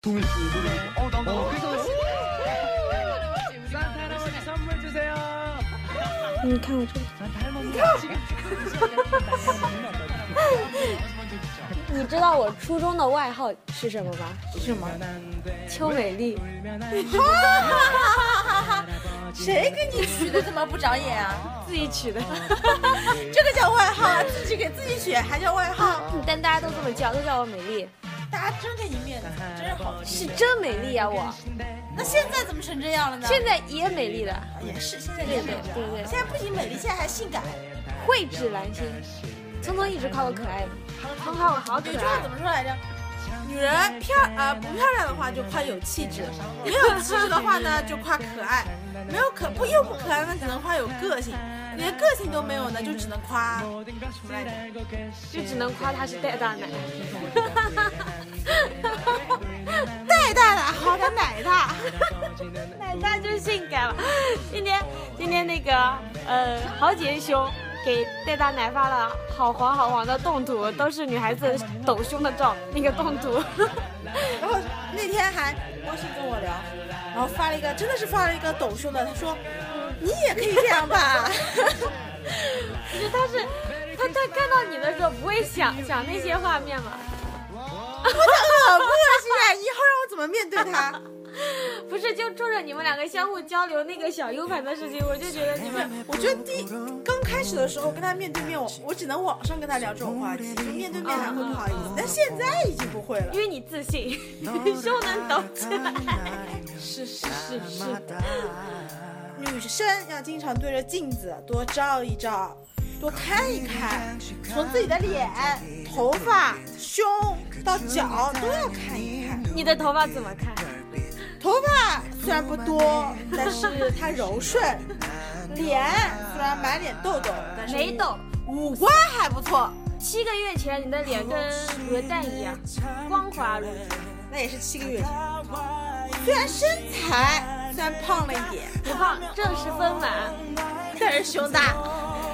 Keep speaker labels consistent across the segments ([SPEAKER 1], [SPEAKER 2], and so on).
[SPEAKER 1] 동해 씨
[SPEAKER 2] 어, 나온다.
[SPEAKER 1] 어, 그래
[SPEAKER 3] 우
[SPEAKER 1] 서
[SPEAKER 3] 리
[SPEAKER 2] 산타 할머니 선물 주세요.
[SPEAKER 4] 응, 그냥 좀
[SPEAKER 2] 산타 할머니.
[SPEAKER 4] 你知道我初中的外号是什么吗？
[SPEAKER 2] 是吗？秋
[SPEAKER 4] 邱美丽。
[SPEAKER 5] 谁给你取的这么不长眼啊？
[SPEAKER 4] 自己取的，
[SPEAKER 5] 这个叫外号，自己给自己取还叫外号，
[SPEAKER 4] 啊但大家都这么叫，都叫我美丽，
[SPEAKER 5] 大家真给你 面子，真是哎好
[SPEAKER 4] 是
[SPEAKER 5] 听。
[SPEAKER 4] 真美丽啊！我
[SPEAKER 5] 那现在怎么成这样了呢？
[SPEAKER 4] 现在也美丽的，
[SPEAKER 5] 也是，现在也美
[SPEAKER 4] 对对对
[SPEAKER 5] 现在不仅美丽，现在还性感。
[SPEAKER 4] 蕙质兰心。聪聪一直夸我可爱，聪聪我好可
[SPEAKER 5] 有句话
[SPEAKER 4] 爱
[SPEAKER 5] 怎。么说来着？女人漂啊、不漂亮的话就夸有气质，没有气质的话呢就夸可爱，没有可不又不可爱，那只能夸有个性，连个性都没有呢就只能夸什么来着？
[SPEAKER 4] 就只能夸她是带大奶。
[SPEAKER 5] 奶大的好的奶大，
[SPEAKER 4] 奶大就性感了。今天今天那个呃，豪杰兄给戴大奶发了好黄好黄的动图，都是女孩子抖胸的照，那个动图。
[SPEAKER 5] 然后那天还微信跟我聊，然后发了一个真的是发了一个抖胸的，他说你也可以这样吧。
[SPEAKER 4] 就是他是他他看到你的时候不会想想那些画面吗？
[SPEAKER 5] 恶不恶心啊！以后让我怎么面对他？
[SPEAKER 4] 不是，就冲着你们两个相互交流那个小 U 盘的事情，我就觉得你们
[SPEAKER 5] 我觉得第一刚开始的时候跟他面对面，我我只能网上跟他聊这种话题，就面对面还会不好意思，但现在已经不会了
[SPEAKER 4] 因。为你自信， 胸能抖起来。
[SPEAKER 5] 是是是是，女生要经常对着镜子多照一照，多看一看，从自己的脸、头发、胸到脚都要看一看。
[SPEAKER 4] 你的头发怎么看？
[SPEAKER 5] 头发虽然不多，但是它柔顺； 脸虽然满脸痘痘，但是
[SPEAKER 4] 没抖。
[SPEAKER 5] 五官还不错。
[SPEAKER 4] 七个月前你的脸跟鹅蛋一样，光滑如初，
[SPEAKER 5] 那也是七个月前。虽然身材虽然胖了一点，
[SPEAKER 4] 不胖，正是丰满。
[SPEAKER 5] 但是胸大。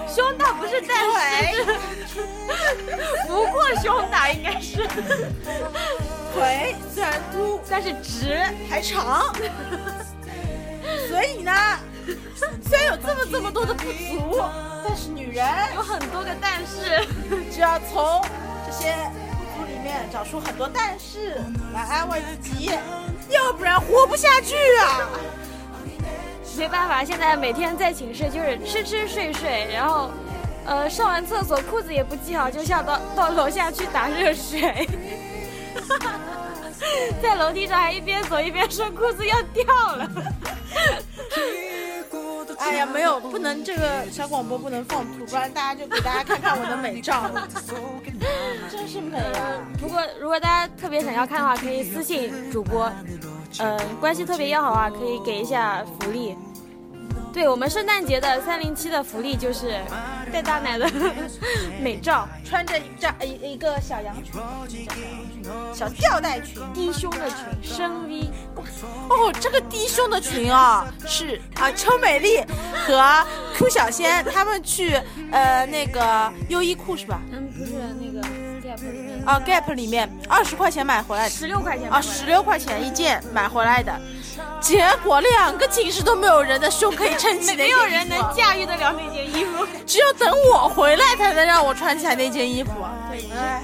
[SPEAKER 4] 胸大不是但是，不过胸大应该是，
[SPEAKER 5] 腿虽然粗，
[SPEAKER 4] 但是直。
[SPEAKER 5] 还长。所以呢，虽然有这么这么多的不足，但是女人
[SPEAKER 4] 有很多个但是，
[SPEAKER 5] 只要从这些不足里面找出很多但是来安慰自己，要不然活不下去啊！
[SPEAKER 4] 没办法，现在每天在寝室就是吃吃睡睡，然后，呃，上完厕所裤子也不系好，就下到到楼下去打热水， 在楼梯上还一边走一边说裤子要掉了，
[SPEAKER 5] 哎呀，没有，不能这个小广播不能放图，不然大家就给大家看看我的美照， 真是美啊！
[SPEAKER 4] 不过如果大家特别想要看的话，可以私信主播，嗯、关系特别要好啊，可以给一下福利。对我们圣诞节的三零七的福利就是带大奶的 美照，
[SPEAKER 5] 穿着一张一一个小洋裙，小吊带裙，
[SPEAKER 4] 低胸的裙，深 V。
[SPEAKER 5] 哦，这个低胸的裙啊，是啊，邱美丽和 Q 小仙他们去呃那个优衣库是吧？
[SPEAKER 4] 嗯，不是那个 Gap 里面
[SPEAKER 5] 啊，Gap 里面二十块钱买回来的
[SPEAKER 4] 十六块钱
[SPEAKER 5] 啊，十六块钱一件买回来的，结果两个寝室都没有人的胸可以撑起那件衣服，
[SPEAKER 4] 没有人能驾驭得了那件衣服，
[SPEAKER 5] 只有等我回来才能让我穿起来那件衣服。啊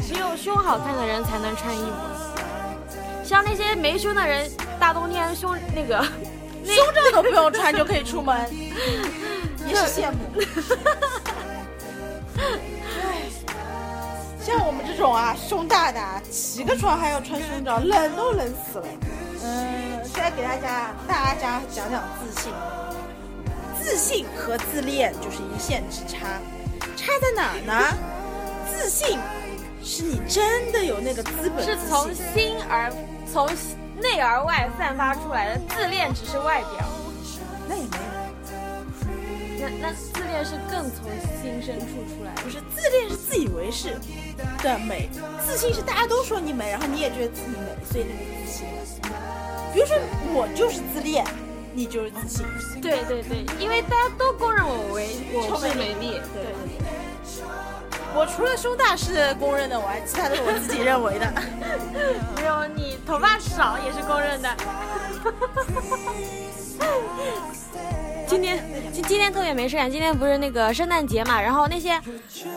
[SPEAKER 4] 只有胸好看的人才能穿衣服。像那些没胸的人，大冬天胸那个，
[SPEAKER 5] 胸罩都不用穿就可以出门， 也是羡慕。唉 像我们这种啊，胸大的啊，起个床还要穿胸罩，冷都冷死了。嗯，现在给大家大家讲讲自信，自信和自恋就是一线之差，差在哪儿呢？自信是你真的有那个资 本，
[SPEAKER 4] 是从心而从内而外散发出来的，自恋只是外表。
[SPEAKER 5] 那也没有。
[SPEAKER 4] 那那自恋是更从心深处出来的。
[SPEAKER 5] 不是自恋是自以为是的美，自信是大家都说你美，然后你也觉得自己美，所以那就是自信。比如说我就是自恋，你就是自信。
[SPEAKER 4] 对对对，因为大家都公认我为我是美丽，对对对。
[SPEAKER 5] 我除了胸大是公认的，我还其他都是我自己认为的。
[SPEAKER 4] 没有你头发少也是公认的。 今天今今天特别没事干，今天不是那个圣诞节嘛，然后那些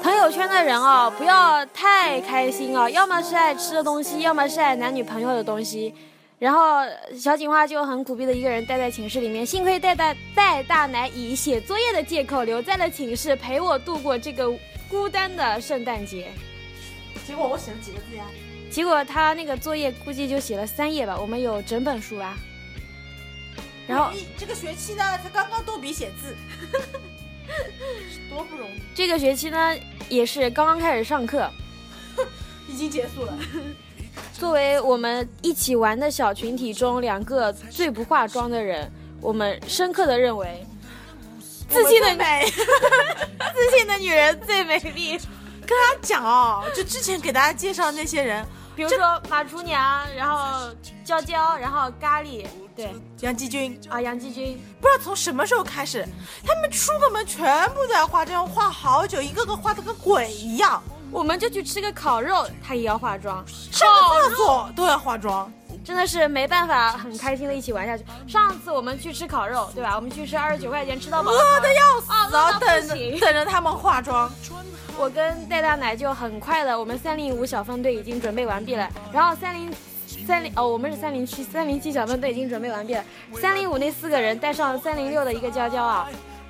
[SPEAKER 4] 朋友圈的人哦，不要太开心哦，要么是爱吃的东西，要么是爱男女朋友的东西。然后小警花就很苦逼的一个人待在寝室里面，幸亏戴大戴大奶以写作业的借口留在了寝室，陪我度过这个孤单的圣诞节。
[SPEAKER 5] 结果我写了几个字呀？
[SPEAKER 4] 结果他那个作业估计就写了三页吧，我们有整本书吧。然后
[SPEAKER 5] 你这个学期呢，才刚刚动笔写 字，多不容易，
[SPEAKER 4] 这个学期呢，也是刚刚开始上课。
[SPEAKER 5] 已经结 束了。
[SPEAKER 4] 作为我们一起玩的小群体中两个最不化妆的人，我们深刻的认为，自信的
[SPEAKER 5] 美，
[SPEAKER 4] 自信的女人 最美丽。
[SPEAKER 5] 跟大家讲哦，就之前给大家介绍那些人，
[SPEAKER 4] 比如说马厨娘，然后娇娇，然后咖喱，对
[SPEAKER 5] 杨继军，
[SPEAKER 4] 啊，杨继军，
[SPEAKER 5] 不知道从什么时候开始，他们出个门全部都要化妆，化好久，一个个化的跟鬼一样，
[SPEAKER 4] 我们就去吃个烤肉，她也要化 妆。
[SPEAKER 5] 上个厕所都要化妆。
[SPEAKER 4] 真的是没办法，很开心的一起玩下去。上次我们去吃烤肉，对吧？我们去吃二十九块钱吃到饱，
[SPEAKER 5] 饿的要死
[SPEAKER 4] 啊啊，饿
[SPEAKER 5] 啊！
[SPEAKER 4] 到不
[SPEAKER 5] 等着
[SPEAKER 4] 行。
[SPEAKER 5] 等着他们化妆，
[SPEAKER 4] 我跟戴大奶就很快的，我们三零五小分队已经准备完毕了，然后三零。三零哦，我们是三零七，三零七小分队已经准备完毕了。三零五那四个人带上三零六的一个娇娇啊，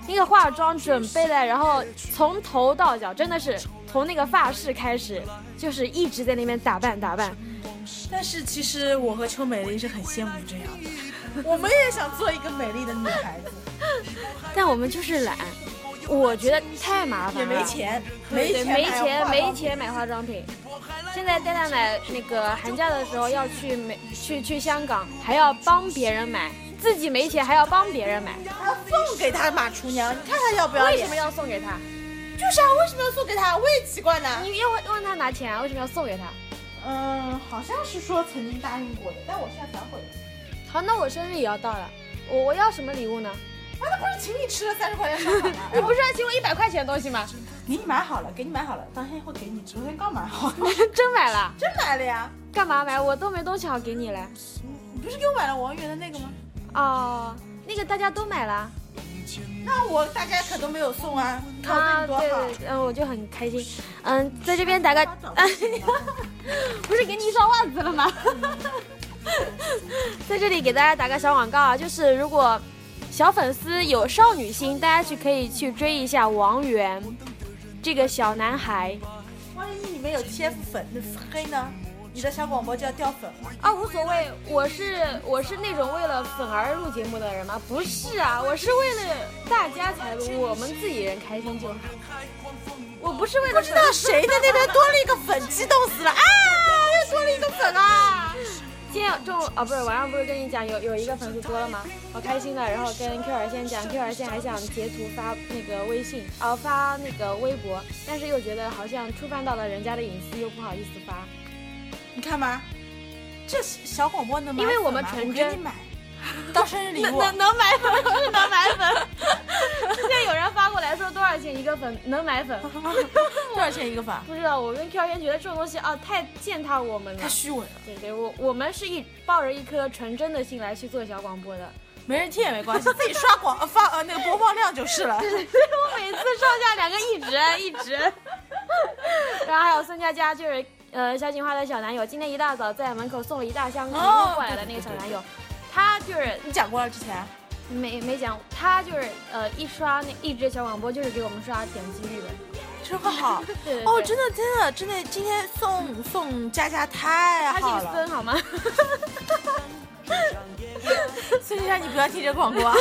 [SPEAKER 4] 那个化妆准备的，然后从头到脚真的是从那个发饰开始，就是一直在那边打扮打扮。
[SPEAKER 5] 但是其实我和邱美丽是很羡慕这样的， 我们也想做一个美丽的女孩 子，
[SPEAKER 4] 但我们就是懒，我觉得太麻烦了，
[SPEAKER 5] 也没钱，
[SPEAKER 4] 对
[SPEAKER 5] 钱，
[SPEAKER 4] 没
[SPEAKER 5] 没
[SPEAKER 4] 钱没，钱买化妆品。现在戴戴奶那个寒假的时候要去美去去香港，还要帮别人买，自己没钱还要帮别人买，
[SPEAKER 5] 还要送给他马厨娘，你看他要不要
[SPEAKER 4] 为
[SPEAKER 5] 脸？
[SPEAKER 4] 什么要送给他？
[SPEAKER 5] 就是啊，为什么要送给他？我也奇怪呢。
[SPEAKER 4] 你要问问他拿钱啊？为什么要送给他？
[SPEAKER 5] 嗯，好像是说曾经答应过的，但我现在反悔了。
[SPEAKER 4] 好，那我生日也要到了，我我要什么礼物呢？
[SPEAKER 5] 啊，那不是请你吃了三十块钱烧烤吗？
[SPEAKER 4] 你不是还请我一百块钱的东西吗？
[SPEAKER 5] 给你买好了，给你买好了，当天会给你，昨天刚买好，
[SPEAKER 4] 真买了？
[SPEAKER 5] 真买了呀！
[SPEAKER 4] 干嘛买？我都没东西好给你了。
[SPEAKER 5] 你不是给我买了王源的那个吗？
[SPEAKER 4] 哦，那个大家都买了。
[SPEAKER 5] 那我大家可都没有送啊，看
[SPEAKER 4] 啊，
[SPEAKER 5] 我
[SPEAKER 4] 对
[SPEAKER 5] 对你多好。
[SPEAKER 4] 对，嗯，我就很开心。嗯，在这边打个，
[SPEAKER 5] 哎
[SPEAKER 4] 不是给你一双袜子了吗？ 在这里给大家打个小广告啊，就是如果小粉丝有少女心，大家去可以去追一下王源这个小男孩
[SPEAKER 5] 万一里面有 TF 粉那黑呢？你的小广播就要掉粉了。
[SPEAKER 4] 啊，无所谓，我是我是那种为了粉而录节目的人吗？不是啊，我是为了大家才录，我们自己人开心就好。我不是为了
[SPEAKER 5] 不知道谁在那边多了一个粉，激动死了啊！
[SPEAKER 4] 哎
[SPEAKER 5] 又多了一个粉啊！
[SPEAKER 4] 今天中午啊，不是晚上不是跟你讲有有一个粉丝多了吗？好开心的，然后跟 Q 二线讲，Q 二线还想截图发那个微信，啊发那个微博，但是又觉得好像触犯到了人家的隐私，又不好意思发。
[SPEAKER 5] 你看吧，这是小广播能买
[SPEAKER 4] 因为我们
[SPEAKER 5] 粉吗
[SPEAKER 4] 纯
[SPEAKER 5] 我给
[SPEAKER 4] 真
[SPEAKER 5] 你买，当生日礼 物。
[SPEAKER 4] 能买粉是能买 粉，之前有人发过来说多少钱一个粉能买粉，
[SPEAKER 5] 多少钱一个粉？啊
[SPEAKER 4] 不知道我跟 Q 二线觉得这种东西啊太践踏我们了
[SPEAKER 5] 太。虚伪了，
[SPEAKER 4] 对对，我我们是一抱着一颗纯真的心来去做小广播的。
[SPEAKER 5] 没人听也没关系，自己刷广呃发呃那个播放量就是了。
[SPEAKER 4] 我每次上下两个一直一直，然后还有孙佳佳就是呃小警花的小男友，今天一大早在门口送了一大箱礼
[SPEAKER 5] 哦
[SPEAKER 4] 物过来的那个小男友，他就是
[SPEAKER 5] 你讲过了之前，
[SPEAKER 4] 没没讲，他就是呃一刷那一直小广播就是给我们刷点击率的，
[SPEAKER 5] 真好。
[SPEAKER 4] 对对对
[SPEAKER 5] 哦，真的真的真的，今天送送佳佳太
[SPEAKER 4] 他
[SPEAKER 5] 好
[SPEAKER 4] 姓
[SPEAKER 5] 了。
[SPEAKER 4] 孙好吗？
[SPEAKER 5] 孙佳佳，你不要听这 广播啊。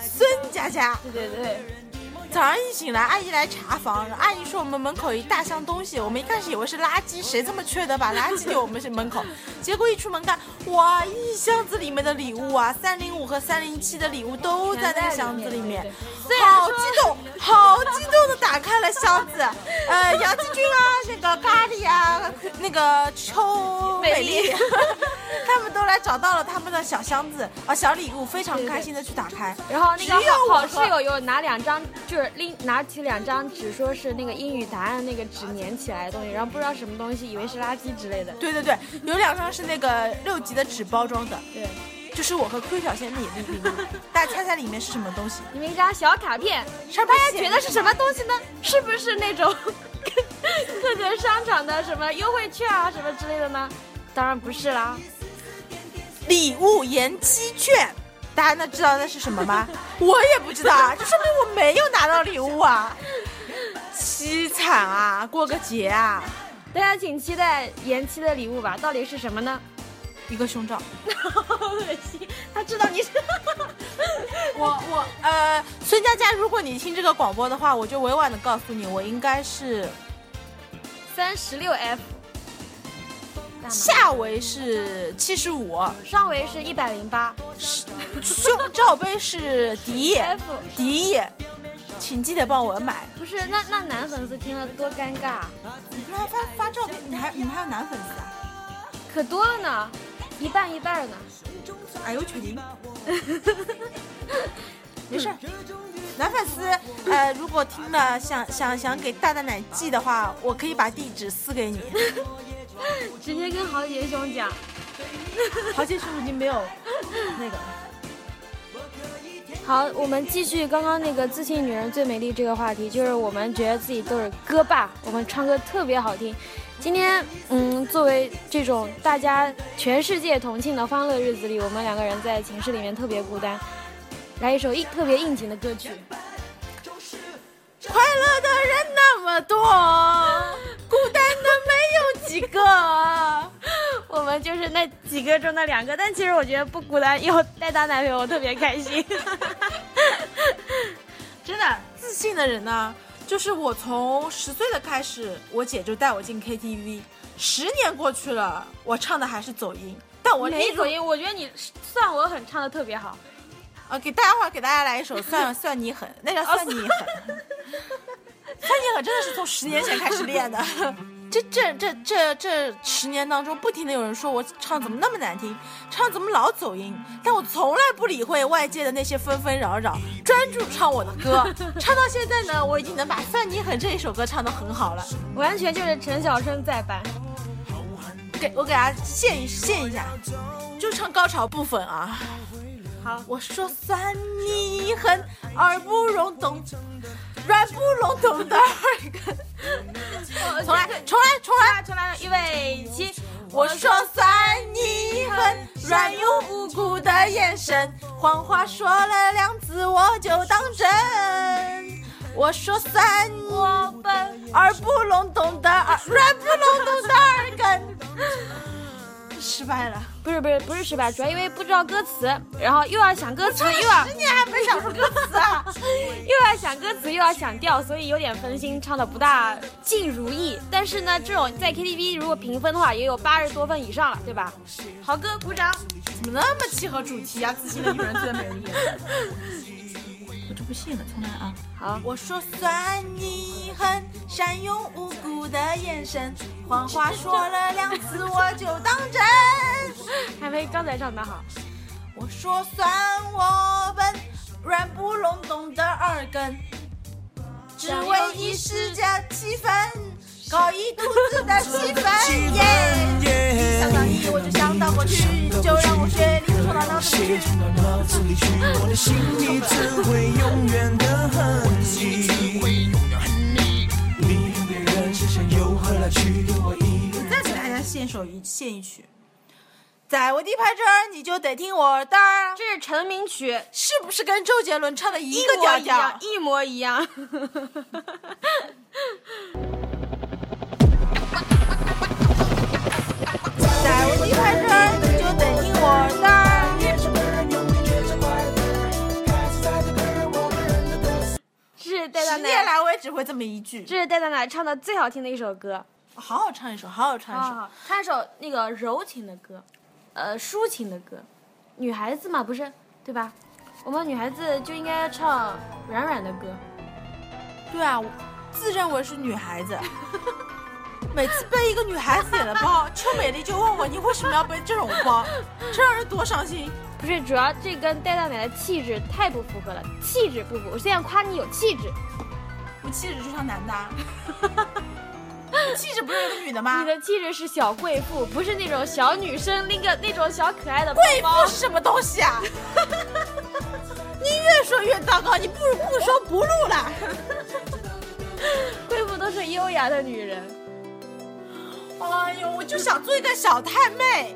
[SPEAKER 5] 孙佳佳，
[SPEAKER 4] 对对对，
[SPEAKER 5] 早上一醒来，阿姨来查房，阿姨说我们门口有一大箱东西，我们一开始以为是垃圾，谁这么缺德把垃圾丢我们门口？结果一出门看，哇，一箱子里面的礼物啊，三零五和三零七的礼物都在那个箱子里面
[SPEAKER 4] 对对，
[SPEAKER 5] 好激动，好激动的打开了箱子， 呃，杨继军啊，那个咖喱啊，那个邱美丽，
[SPEAKER 4] 美丽
[SPEAKER 5] 他他们都来找到了他们的小箱子啊，小礼物，非常开心的去打开。
[SPEAKER 4] 然后那
[SPEAKER 5] 只
[SPEAKER 4] 个
[SPEAKER 5] 要我
[SPEAKER 4] 好好
[SPEAKER 5] 和
[SPEAKER 4] 室友有拿两张，就是拎拿起两张纸，说是那个英语答案那个纸粘起来的东西，然后不知道什么东西，以为是垃圾之类的。
[SPEAKER 5] 对对对，有两张是那个六级的纸包装的，
[SPEAKER 4] 对，
[SPEAKER 5] 就是我和 Q 小仙女里里面，大家猜猜里面是什么东西？
[SPEAKER 4] 你们一张小卡片，
[SPEAKER 5] 上面
[SPEAKER 4] 大家
[SPEAKER 5] 写
[SPEAKER 4] 觉得是什么东西呢？是不是那 种各个商场的什么优惠券啊什么之类的呢？当然不是啦，
[SPEAKER 5] 礼物延期券，大家能知道那是什么 吗？我也不知道啊，这说明我没有拿到礼物啊，凄惨啊！过个节啊，
[SPEAKER 4] 大家请期待延期的礼物吧，到底是什么 呢？
[SPEAKER 5] 一个胸罩。
[SPEAKER 4] 好恶心，他知道你是
[SPEAKER 5] 我我呃，孙佳佳，如果你听这个广播的话，我就委婉的告诉你，我应该是
[SPEAKER 4] 三十六 F，干嘛？
[SPEAKER 5] 下围是七十五，
[SPEAKER 4] 上围是一百零八
[SPEAKER 5] 胸罩杯是迪
[SPEAKER 4] F，
[SPEAKER 5] 迪，请记得帮我买。
[SPEAKER 4] 不是那那男粉丝听了多尴尬，
[SPEAKER 5] 你不是还发发照片，你还你们还有男粉丝啊？
[SPEAKER 4] 可多了呢，一半一半呢。
[SPEAKER 5] 哎呦，确定？ 没事儿，嗯男粉丝，呃，如果听了想想想给大大奶寄的话，我可以把地址私给 你。
[SPEAKER 4] 直接跟豪杰兄讲，
[SPEAKER 5] 豪杰叔已经没有那个了。
[SPEAKER 4] 好，我们继续刚刚那个自信女人最美丽这个话题，就是我们觉得自己都是歌霸，我们唱歌特别好听。今天，嗯，作为这种大家全世界同庆的欢乐日子里，我们两个人在寝室里面特别孤单，来一首应特别应景的歌曲。
[SPEAKER 5] 快乐的人那么 多，孤单的没有几个。
[SPEAKER 4] 我们就是那几个中的两个，但其实我觉得不孤单，有带大男朋友我特别开心。
[SPEAKER 5] 真的，自信的人呢，就是我从十岁的开始，我姐就带我进 KTV，十年过去了，我唱的还是走音。但我
[SPEAKER 4] 没
[SPEAKER 5] 一
[SPEAKER 4] 走音， 我觉得你算我狠唱的特别好。
[SPEAKER 5] 啊，给大家伙给大家来一首《算 算你狠》，那个算你狠，算你狠真的是从十年前开始练的。这这这这这十年当中，不停的有人说我唱怎么那么难听，唱怎么老走音，但我从来不理会外界的那些纷纷扰扰，专注唱我的歌。唱到现在呢，我已经能把《算你狠》这一首歌唱得很好了。
[SPEAKER 4] 完全就是陈小春再版。
[SPEAKER 5] 给我给大家献一献一下，就唱高潮部分啊。
[SPEAKER 4] 好，
[SPEAKER 5] 我说算你狠，而不容懂，软不隆咚的耳根。重来，重来，重来，重来，
[SPEAKER 4] 预备起，
[SPEAKER 5] 我说算你狠，软又无辜的眼神，谎话说了两次我就当真。我说算你笨，而不隆咚的耳，软不隆咚的耳根。失败了，
[SPEAKER 4] 不是不是不是失败，主要因为不知道歌词，然后又要想歌词，又要
[SPEAKER 5] 十年还没想出歌词啊！
[SPEAKER 4] 又要想歌词，又要想调，所以有点分心，唱的不大尽如意。但是呢，这种在 KTV 如果评分的话，也有八十多分以上了，对吧？豪哥，鼓掌。
[SPEAKER 5] 怎么那么契合主题啊？自信的女人最美丽。我就不信了，重来啊！
[SPEAKER 4] 好，
[SPEAKER 5] 我说算你狠，善用无辜的眼神，谎话说了两次我就当真。
[SPEAKER 4] 还没刚才唱的好。
[SPEAKER 5] 我说算我笨，软不隆咚的耳根，只为一时假气氛，搞一肚子的气氛耶。想到你我就想到过去，就让我血淋冲到脑子里去。
[SPEAKER 1] 冲到脑子里去，我的心里只会永远的恨你。你跟别人身上又何来去？我一个人。
[SPEAKER 5] 再给大家献首一献一曲，在我的牌这儿，你就得听我的，
[SPEAKER 4] 这是成名曲，
[SPEAKER 5] 是不是跟周杰伦唱的一个
[SPEAKER 4] 模
[SPEAKER 5] 调
[SPEAKER 4] 一样
[SPEAKER 5] 调？
[SPEAKER 4] 一模一样。
[SPEAKER 5] 在我的牌这儿，你就得听我的。
[SPEAKER 4] 这是戴大
[SPEAKER 5] 十年
[SPEAKER 4] 奶，
[SPEAKER 5] 来我也只会这么一句，
[SPEAKER 4] 这是戴大奶唱的最好听的一首歌。
[SPEAKER 5] 好好唱一首，好好唱一首。
[SPEAKER 4] 啊，唱一首那个柔情的歌，呃，抒情的歌，女孩子嘛，不是对吧？我们女孩子就应该唱软软的歌。
[SPEAKER 5] 对啊，我自认为是女孩子，每次背一个女孩子演的包，邱美丽就问我你为什么要背这种包，这让人多伤心。
[SPEAKER 4] 不是，主要这跟戴大奶的气质太不符合了，气质不符。我现在夸你有气质，
[SPEAKER 5] 我气质就像男的啊， 你气质不是有个女的吗？
[SPEAKER 4] 你的气质是小贵妇，不是那种小女生拎个那种小可爱的包
[SPEAKER 5] 贵
[SPEAKER 4] 包
[SPEAKER 5] 妇。是什么东西啊？你越说越糟糕，你不如不说不录了。
[SPEAKER 4] 贵妇都是优雅的女人。
[SPEAKER 5] 哎呦，我就想做一个小太妹，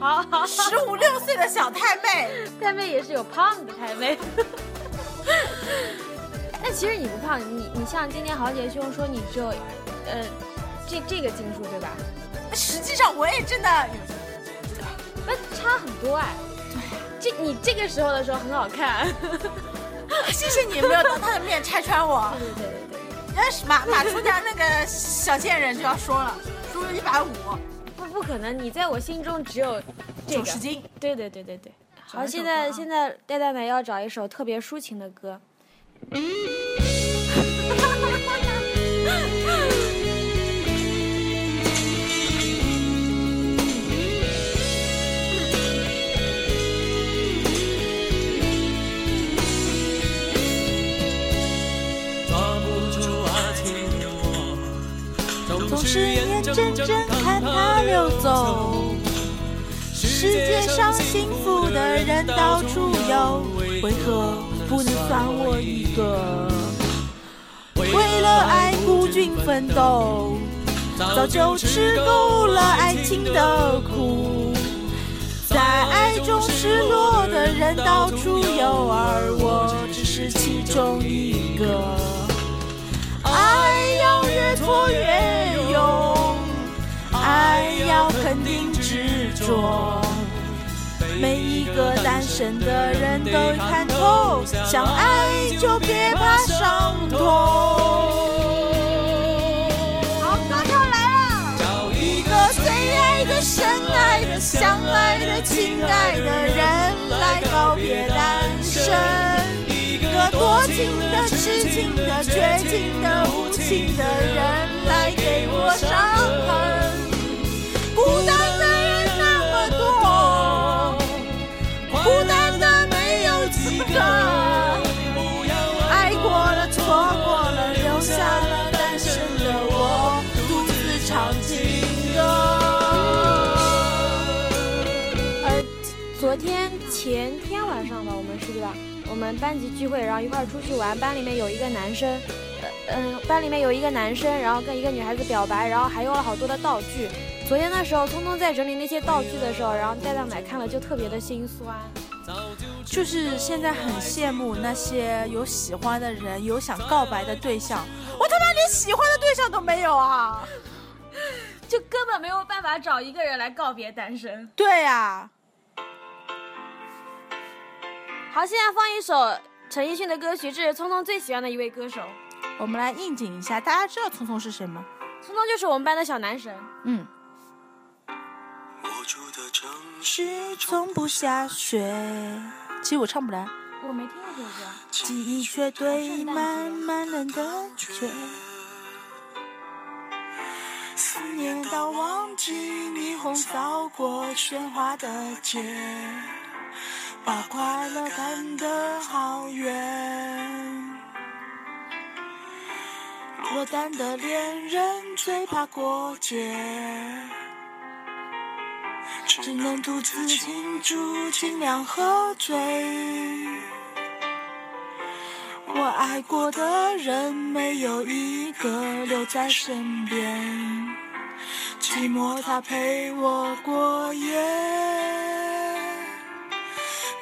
[SPEAKER 4] 好好，
[SPEAKER 5] 十五六岁的小太妹。
[SPEAKER 4] 太妹也是有胖的太 妹。但其实你不胖，你你像今天豪杰兄说你只有，呃，这这个斤数对吧？
[SPEAKER 5] 实际上我也真的，
[SPEAKER 4] 那差很多哎。这你这个时候的时候很好看。
[SPEAKER 5] 谢谢你没有当他的面拆穿我。
[SPEAKER 4] 对对对对。
[SPEAKER 5] 要是马马出家那个小贱人就要说了，说一百五
[SPEAKER 4] 不不可能，你在我心中只有这
[SPEAKER 5] 九
[SPEAKER 4] 个
[SPEAKER 5] 十。斤，
[SPEAKER 4] 对对对对对。好，
[SPEAKER 5] 找一首
[SPEAKER 4] 现
[SPEAKER 5] 歌
[SPEAKER 4] 在
[SPEAKER 5] 啊
[SPEAKER 4] 现在戴戴奶要找一首特别抒情的 歌。
[SPEAKER 3] 抓不住爱情的我，总是眼睁睁看它溜走。世界上幸福的人到处有，为何不能算我一个？为
[SPEAKER 5] 为
[SPEAKER 3] 了
[SPEAKER 5] 了
[SPEAKER 3] 爱
[SPEAKER 5] 爱
[SPEAKER 3] 孤
[SPEAKER 5] 孤
[SPEAKER 3] 军
[SPEAKER 5] 军
[SPEAKER 3] 奋
[SPEAKER 5] 奋
[SPEAKER 3] 斗，
[SPEAKER 5] 斗，
[SPEAKER 3] 早
[SPEAKER 5] 早
[SPEAKER 3] 就
[SPEAKER 5] 就
[SPEAKER 3] 吃
[SPEAKER 5] 吃
[SPEAKER 3] 够
[SPEAKER 5] 够
[SPEAKER 3] 了
[SPEAKER 5] 了
[SPEAKER 3] 爱
[SPEAKER 5] 爱
[SPEAKER 3] 情
[SPEAKER 5] 情
[SPEAKER 3] 的
[SPEAKER 5] 的
[SPEAKER 3] 苦
[SPEAKER 5] 苦，
[SPEAKER 3] 在
[SPEAKER 5] 在
[SPEAKER 3] 爱
[SPEAKER 5] 爱
[SPEAKER 3] 中
[SPEAKER 5] 中
[SPEAKER 3] 失
[SPEAKER 5] 失
[SPEAKER 3] 落
[SPEAKER 5] 落
[SPEAKER 3] 的
[SPEAKER 5] 的
[SPEAKER 3] 人
[SPEAKER 5] 人
[SPEAKER 3] 到
[SPEAKER 5] 到
[SPEAKER 3] 处
[SPEAKER 5] 处
[SPEAKER 3] 有，
[SPEAKER 5] 有，
[SPEAKER 3] 而
[SPEAKER 5] 而
[SPEAKER 3] 我
[SPEAKER 5] 我
[SPEAKER 3] 只
[SPEAKER 5] 只
[SPEAKER 3] 是
[SPEAKER 5] 是
[SPEAKER 3] 其
[SPEAKER 5] 其
[SPEAKER 3] 中
[SPEAKER 5] 中
[SPEAKER 3] 一
[SPEAKER 5] 一
[SPEAKER 3] 个
[SPEAKER 5] 个。。
[SPEAKER 3] 爱
[SPEAKER 5] 爱要越挫越勇，
[SPEAKER 3] 爱要肯定执着，每
[SPEAKER 5] 每
[SPEAKER 3] 一
[SPEAKER 5] 一
[SPEAKER 3] 个
[SPEAKER 5] 个
[SPEAKER 3] 单
[SPEAKER 5] 单
[SPEAKER 3] 身
[SPEAKER 5] 身
[SPEAKER 3] 的
[SPEAKER 5] 的
[SPEAKER 3] 人
[SPEAKER 5] 人
[SPEAKER 3] 都
[SPEAKER 5] 都
[SPEAKER 3] 看
[SPEAKER 5] 看
[SPEAKER 3] 透
[SPEAKER 5] 透，，
[SPEAKER 3] 想
[SPEAKER 5] 想
[SPEAKER 3] 爱
[SPEAKER 5] 爱
[SPEAKER 3] 就
[SPEAKER 5] 就
[SPEAKER 3] 别
[SPEAKER 5] 别
[SPEAKER 3] 怕
[SPEAKER 5] 怕
[SPEAKER 3] 伤
[SPEAKER 5] 伤
[SPEAKER 3] 痛。
[SPEAKER 5] 好，歌又来了。
[SPEAKER 3] 找一
[SPEAKER 5] 一
[SPEAKER 3] 个
[SPEAKER 5] 个最爱的、深爱的、相爱的、亲爱的人来告别单身，
[SPEAKER 3] 一
[SPEAKER 5] 一
[SPEAKER 3] 个
[SPEAKER 5] 个
[SPEAKER 3] 多
[SPEAKER 5] 多
[SPEAKER 3] 情
[SPEAKER 5] 情
[SPEAKER 3] 的、
[SPEAKER 5] 的、
[SPEAKER 3] 痴
[SPEAKER 5] 痴
[SPEAKER 3] 情
[SPEAKER 5] 情
[SPEAKER 3] 的、
[SPEAKER 5] 的、
[SPEAKER 3] 绝
[SPEAKER 5] 绝
[SPEAKER 3] 情
[SPEAKER 5] 情
[SPEAKER 3] 的
[SPEAKER 5] 的、、
[SPEAKER 3] 无
[SPEAKER 5] 无
[SPEAKER 3] 情
[SPEAKER 5] 情
[SPEAKER 3] 的
[SPEAKER 5] 的
[SPEAKER 3] 人
[SPEAKER 5] 人
[SPEAKER 3] 来
[SPEAKER 5] 来
[SPEAKER 3] 给
[SPEAKER 5] 给
[SPEAKER 3] 我
[SPEAKER 5] 我
[SPEAKER 3] 伤
[SPEAKER 5] 伤
[SPEAKER 3] 痕
[SPEAKER 5] 痕。。
[SPEAKER 3] 孤
[SPEAKER 5] 孤
[SPEAKER 3] 单的人
[SPEAKER 5] 单的
[SPEAKER 3] 那
[SPEAKER 5] 人
[SPEAKER 3] 么
[SPEAKER 5] 那么
[SPEAKER 3] 多，
[SPEAKER 5] 多
[SPEAKER 3] 孤单的没有几个。
[SPEAKER 5] 爱
[SPEAKER 3] 爱
[SPEAKER 5] 过
[SPEAKER 3] 过
[SPEAKER 5] 了
[SPEAKER 3] 了，，
[SPEAKER 5] 错
[SPEAKER 3] 错
[SPEAKER 5] 过
[SPEAKER 3] 过
[SPEAKER 5] 了
[SPEAKER 3] 了，，留
[SPEAKER 5] 留
[SPEAKER 3] 下
[SPEAKER 5] 下
[SPEAKER 3] 了
[SPEAKER 5] 了
[SPEAKER 3] 单
[SPEAKER 5] 单
[SPEAKER 3] 身
[SPEAKER 5] 身
[SPEAKER 3] 的
[SPEAKER 5] 的
[SPEAKER 3] 我
[SPEAKER 5] 我，
[SPEAKER 3] 独
[SPEAKER 5] 独
[SPEAKER 3] 自
[SPEAKER 5] 自
[SPEAKER 3] 唱
[SPEAKER 5] 唱
[SPEAKER 3] 情
[SPEAKER 5] 情
[SPEAKER 3] 歌。
[SPEAKER 4] 呃，昨天前天晚上吧，我们是对吧？我们班级聚会，然后一块儿出去玩，班里面有一个男生，呃嗯、班里面有一个男生，然后跟一个女孩子表白，然后还用了好多的道具。昨天的时候，聪聪在整理那些道具的时候，然后戴大奶看了就特别的心酸。
[SPEAKER 5] 就是现在很羡慕那些有喜欢的人，有想告白的对象，我他妈连喜欢的对象都没有啊！
[SPEAKER 4] 就根本没有办法找一个人来告别单身。
[SPEAKER 5] 对呀、
[SPEAKER 4] 好，现在放一首陈奕迅的歌曲，这是聪聪最喜欢的一位歌手。
[SPEAKER 5] 我们来应景一下，大家知道聪聪是谁吗？
[SPEAKER 4] 聪聪就是我们班的小男神。
[SPEAKER 5] 嗯，
[SPEAKER 1] 我住的城市
[SPEAKER 5] 是从不下雪。其实我唱不来，
[SPEAKER 4] 我没听过这首歌，
[SPEAKER 5] 记忆却堆满满人的
[SPEAKER 1] 却
[SPEAKER 5] 雪，
[SPEAKER 1] 思
[SPEAKER 5] 思
[SPEAKER 1] 念
[SPEAKER 5] 念
[SPEAKER 1] 到
[SPEAKER 5] 到
[SPEAKER 1] 忘
[SPEAKER 5] 忘
[SPEAKER 1] 记
[SPEAKER 5] 记，
[SPEAKER 1] 霓
[SPEAKER 5] 霓
[SPEAKER 1] 虹
[SPEAKER 5] 虹
[SPEAKER 1] 扫
[SPEAKER 5] 扫
[SPEAKER 1] 过
[SPEAKER 5] 过喧
[SPEAKER 1] 喧哗
[SPEAKER 5] 哗
[SPEAKER 1] 的
[SPEAKER 5] 的
[SPEAKER 1] 街
[SPEAKER 5] 街，，
[SPEAKER 1] 把
[SPEAKER 5] 把
[SPEAKER 1] 快
[SPEAKER 5] 快
[SPEAKER 1] 乐
[SPEAKER 5] 乐
[SPEAKER 1] 赶
[SPEAKER 5] 赶
[SPEAKER 1] 得
[SPEAKER 5] 得
[SPEAKER 1] 好
[SPEAKER 5] 好
[SPEAKER 1] 远。
[SPEAKER 5] 落单的恋人最怕过节。
[SPEAKER 1] 只
[SPEAKER 5] 只
[SPEAKER 1] 能
[SPEAKER 5] 能
[SPEAKER 1] 独
[SPEAKER 5] 独
[SPEAKER 1] 自
[SPEAKER 5] 自
[SPEAKER 1] 庆
[SPEAKER 5] 庆
[SPEAKER 1] 祝，
[SPEAKER 5] 祝，
[SPEAKER 1] 尽
[SPEAKER 5] 尽
[SPEAKER 1] 量
[SPEAKER 5] 量
[SPEAKER 1] 喝
[SPEAKER 5] 喝
[SPEAKER 1] 醉
[SPEAKER 5] 醉。。我爱过的人没有一个留在身边，寂寞它陪我过夜。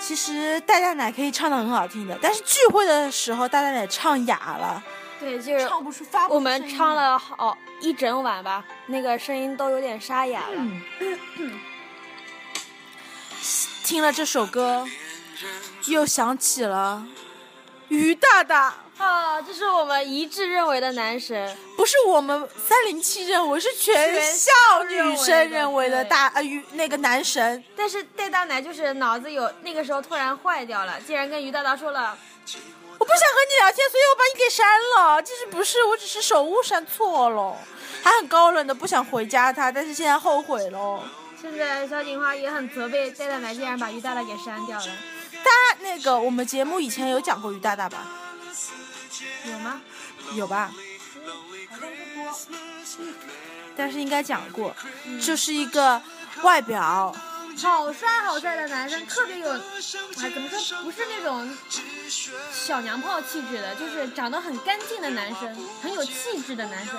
[SPEAKER 5] 其实戴大奶可以唱的很好听的，但是聚会的时候戴大奶唱哑了，
[SPEAKER 4] 对，就是
[SPEAKER 6] 唱不出发不出
[SPEAKER 4] 我们
[SPEAKER 6] 啊声音
[SPEAKER 4] 唱了好一整晚吧，那个声音都有点沙哑了。
[SPEAKER 6] 嗯
[SPEAKER 5] 听了这首歌，又想起了
[SPEAKER 6] 于大大
[SPEAKER 4] 啊，这是我们一致认为的男神，
[SPEAKER 5] 不是我们三零七认为，是全
[SPEAKER 6] 全
[SPEAKER 5] 校
[SPEAKER 6] 校
[SPEAKER 5] 女生认为的大呃与那个男神，
[SPEAKER 4] 但是戴大奶就是脑子有那个时候突然坏掉了，竟然跟于大大说了，
[SPEAKER 5] 我不想和你聊天，所以我把你给删了。其实不是，我只是手误删错了，还很高冷的不想回家他，但是现在后悔了。
[SPEAKER 4] 现在小警花也很责备戴大奶竟然把于大大给删掉了，
[SPEAKER 5] 他那个我们节目以前有讲过于大大吧？
[SPEAKER 4] 有吗？
[SPEAKER 5] 有吧？但是应该讲过，
[SPEAKER 4] 嗯
[SPEAKER 5] 就是一个外表
[SPEAKER 4] 好帅好帅的男生，特别有，哎，怎么说？不是那种小娘炮气质的，就是长得很干净的男生，很有气质的男生。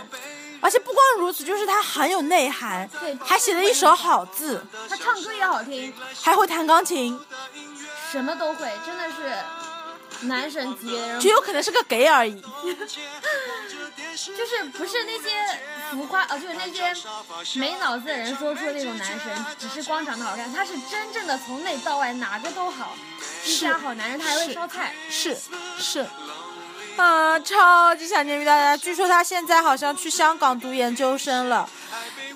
[SPEAKER 5] 而且不光如此，就是他很有内涵
[SPEAKER 4] 对，
[SPEAKER 5] 还写了一手好字，
[SPEAKER 4] 他唱歌也好听，
[SPEAKER 5] 还会弹钢琴，
[SPEAKER 4] 嗯什么都会，真的是男神级别的人
[SPEAKER 5] 只，有可能是个 gay 而已。
[SPEAKER 4] 就是不是那些浮夸啊，就是那些没脑子的人说出那种男神，只是光长得好看，他是真正的从内到外哪个都好，一
[SPEAKER 5] 是
[SPEAKER 4] 家好男人，他还会烧菜。
[SPEAKER 5] 是是，嗯、超级想念于大大。据说他现在好像去香港读研究生了。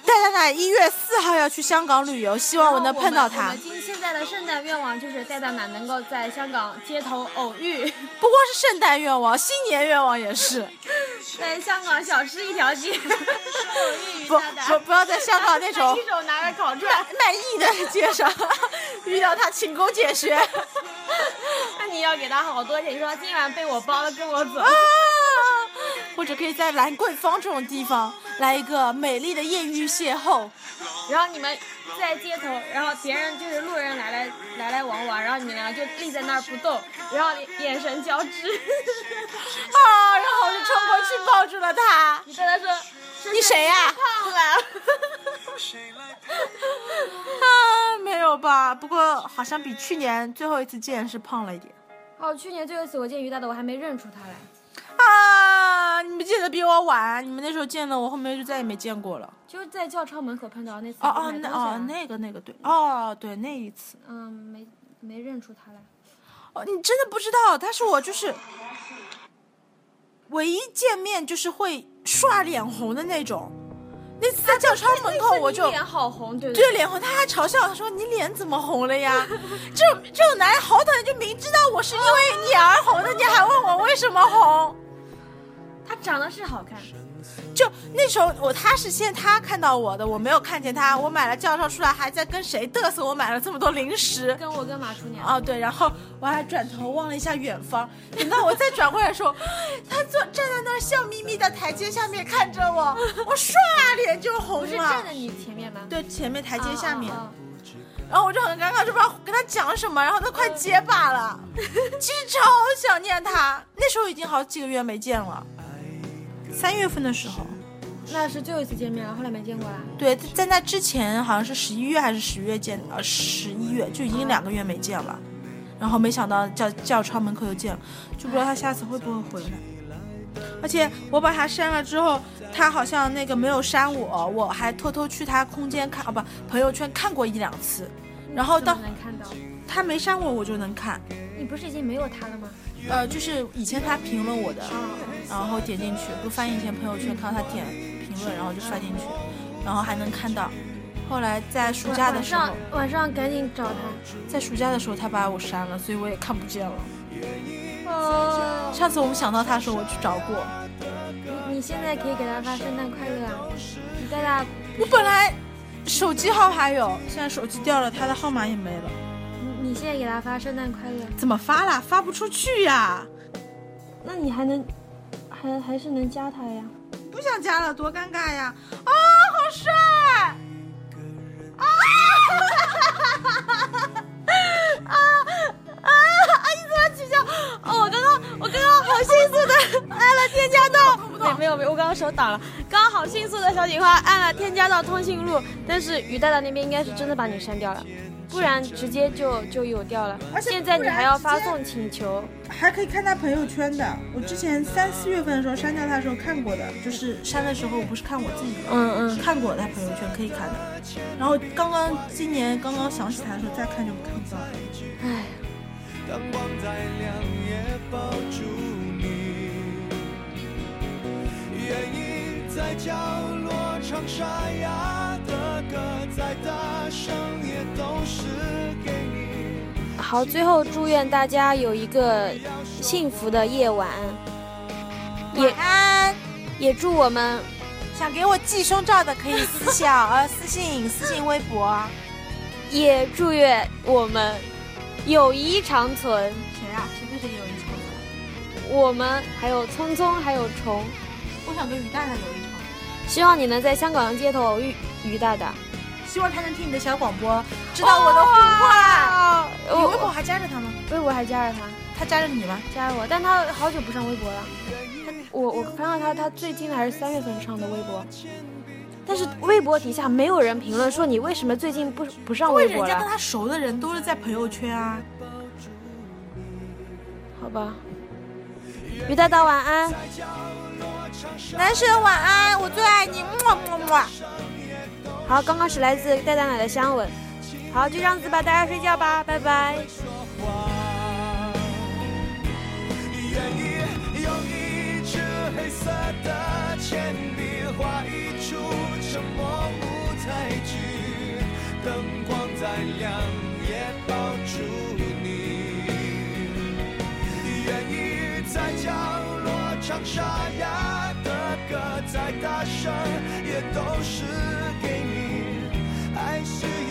[SPEAKER 5] 戴大奶一月四号要去香港旅游，希望我能碰到
[SPEAKER 4] 然后我
[SPEAKER 5] 他
[SPEAKER 4] 们。今现在的圣诞愿望就是戴大奶能够在香港街头偶遇，
[SPEAKER 5] 不光是圣诞愿望，新年愿望 也是。
[SPEAKER 4] 在香港小吃一条街偶遇于
[SPEAKER 5] 不
[SPEAKER 4] 大大
[SPEAKER 5] 不不要在香港那 种
[SPEAKER 4] 一手拿着烤串
[SPEAKER 5] 卖，卖艺的街上 遇到他，请公解学。啊
[SPEAKER 4] 那你要给他好多钱，说今晚被我包了，跟我走
[SPEAKER 5] 啊。，或者可以在兰桂坊这种地方来一个美丽的艳遇邂逅。
[SPEAKER 4] 然后你们在街头，然后别人就是路人来来来来往往，然后你们俩就立在那儿不动，然后眼眼神交织。
[SPEAKER 5] 啊，然后我就冲过去抱住了他。
[SPEAKER 4] 你跟他说，
[SPEAKER 5] 你谁呀、
[SPEAKER 4] 胖了。
[SPEAKER 5] 啊，没有吧？不过好像比去年最后一次见是胖了一点。
[SPEAKER 4] 哦，去年最后一次我见于大的，我还没认出他来。
[SPEAKER 5] 啊，你们见的比我晚，你们那时候见的，我后面就再也没见过了。
[SPEAKER 4] 就是在教超门口碰到那次
[SPEAKER 5] 哦
[SPEAKER 4] 我
[SPEAKER 5] 哦，
[SPEAKER 4] 买
[SPEAKER 5] 那
[SPEAKER 4] 东西
[SPEAKER 5] 哦
[SPEAKER 4] 啊
[SPEAKER 5] 那个那个对，哦对那一次，
[SPEAKER 4] 嗯，没没认出他来。
[SPEAKER 5] 哦你真的不知道，他是我就是唯一见面就是会刷脸红的那种。那次在教超门口，我
[SPEAKER 4] 那次
[SPEAKER 5] 就
[SPEAKER 4] 你脸好红，对不
[SPEAKER 5] 对脸红，他还嘲笑我说：“你脸怎么红了呀？”这种这种男人好讨厌，就明知道我是因为你而红的，你还问我为什么红？
[SPEAKER 4] 他长得是好看，
[SPEAKER 5] 就那时候我他是先他看到我的，我没有看见他，我买了教授出来还在跟谁嘚瑟，我买了这么多零食。
[SPEAKER 4] 跟我跟马厨娘。
[SPEAKER 5] 哦，对，然后我还转头望了一下远方，等到我再转过来的时候，他坐站在那儿笑眯眯的台阶下面看着我，我唰啊脸就
[SPEAKER 4] 不
[SPEAKER 5] 红
[SPEAKER 4] 是
[SPEAKER 5] 了
[SPEAKER 4] 站。在哦你前面嗯吗？
[SPEAKER 5] 对，前面台
[SPEAKER 4] 台
[SPEAKER 5] 阶下面，然后我就很尴尬，就不知道跟他讲什么，然后他快结巴了，其实超想念他，那时候已经好几个月没见了，三月份的时候。
[SPEAKER 4] 那是最后一次见面了，后来没见过啦。
[SPEAKER 5] 对，在那之前好像是十一月还是十月见，呃，十一月就已经两个月没见了，然后没想到教教超门口又见了，就不知道他下次会不会回来。而且我把他删了之后，他好像那个没有删我，我还偷偷去他空间看，啊不，朋友圈看过一两次，然后
[SPEAKER 4] 怎么
[SPEAKER 5] 到
[SPEAKER 4] 能看到？
[SPEAKER 5] 他没删我，我就能看，
[SPEAKER 4] 你不是已经没有他了吗？
[SPEAKER 5] 呃，就是以前他评论我的，然后点进去，就翻以前朋友圈，看到他点评论，然后就翻进去，然后还能看到。后来在暑假的
[SPEAKER 4] 晚
[SPEAKER 5] 时候
[SPEAKER 4] 上，晚上赶紧找他。
[SPEAKER 5] 在暑假的时候他把我删了，所以我也看不见了。
[SPEAKER 4] 哦，
[SPEAKER 5] 上次我们想到他的时候，我去找过。
[SPEAKER 4] 你你现在可以给他发圣诞快乐啊！你带他，
[SPEAKER 5] 我本来手机号还有，现在手机掉了，他的号码也没了，
[SPEAKER 4] 你你现在给他发圣诞快乐，
[SPEAKER 5] 怎么发啦？发不出去呀、
[SPEAKER 4] 那你还能，还还是能加他呀？
[SPEAKER 5] 不想加了，多尴尬呀！啊、好帅！啊！啊啊！啊！你怎么取消？哦，我刚刚我刚刚好迅速的按了添加到。
[SPEAKER 4] 哦没没有没有，我刚刚手挡了，刚刚好迅速的小警花按了添加到通讯录，但是于大大那边应该是真的把你删掉了。不然直接就就有掉了。
[SPEAKER 5] 而且
[SPEAKER 4] 现在
[SPEAKER 5] 不
[SPEAKER 4] 你
[SPEAKER 5] 然
[SPEAKER 4] 还要
[SPEAKER 5] 直
[SPEAKER 4] 发
[SPEAKER 5] 接
[SPEAKER 4] 送请求，
[SPEAKER 5] 还可以看他朋友圈的。我之前三四月份的时候删掉他的时候看过的，就是删的时候我不是看我自己的，
[SPEAKER 4] 嗯嗯，
[SPEAKER 5] 看过他朋友圈可以看的。然后刚刚今年刚刚想起他的时候再看就看不到了。
[SPEAKER 4] 唉，
[SPEAKER 1] 当光再亮也抱住你，愿意在角落唱沙哑的歌，再大声也都是给你。
[SPEAKER 4] 好，最后祝愿大家有一个幸福的夜晚，也
[SPEAKER 3] 安，
[SPEAKER 4] 也祝我们
[SPEAKER 3] 想给我寄胸罩的可以私小呃私信私信微博啊。
[SPEAKER 4] 也祝愿我们友谊长存，
[SPEAKER 3] 谁啊？谁对谁有一场？啊
[SPEAKER 4] 我们还有聪聪，还有虫，
[SPEAKER 3] 我想跟于大大有一场。
[SPEAKER 4] 希望你能在香港的街头偶遇于大大。
[SPEAKER 3] 希望他能听你的小广播，知道我的呼唤。
[SPEAKER 4] 我
[SPEAKER 3] 你微博
[SPEAKER 4] 我
[SPEAKER 3] 还加着他吗？
[SPEAKER 4] 哦微博还加了他，
[SPEAKER 3] 他加着你吗？
[SPEAKER 4] 加了我，但他好久不上微博了。他我我看到他，他最近的还是三月份上的微博，但是微博底下没有人评论说你为什么最近不不上
[SPEAKER 3] 因
[SPEAKER 4] 微
[SPEAKER 3] 为
[SPEAKER 4] 博
[SPEAKER 3] 人家跟
[SPEAKER 4] 了，
[SPEAKER 3] 他熟的人都是在朋友圈啊。
[SPEAKER 4] 好吧。于大大晚安。
[SPEAKER 3] 男神晚安，我最爱你，么么么。
[SPEAKER 4] 好，刚刚是来自戴大奶的香吻。好，就这样子吧，大家睡觉吧，拜拜。
[SPEAKER 1] 愿意用一支黑色的铅笔画一出沉默舞台剧，灯光再亮也抱住你。愿意在角落唱沙哑的歌，再大声也都是给你。爱是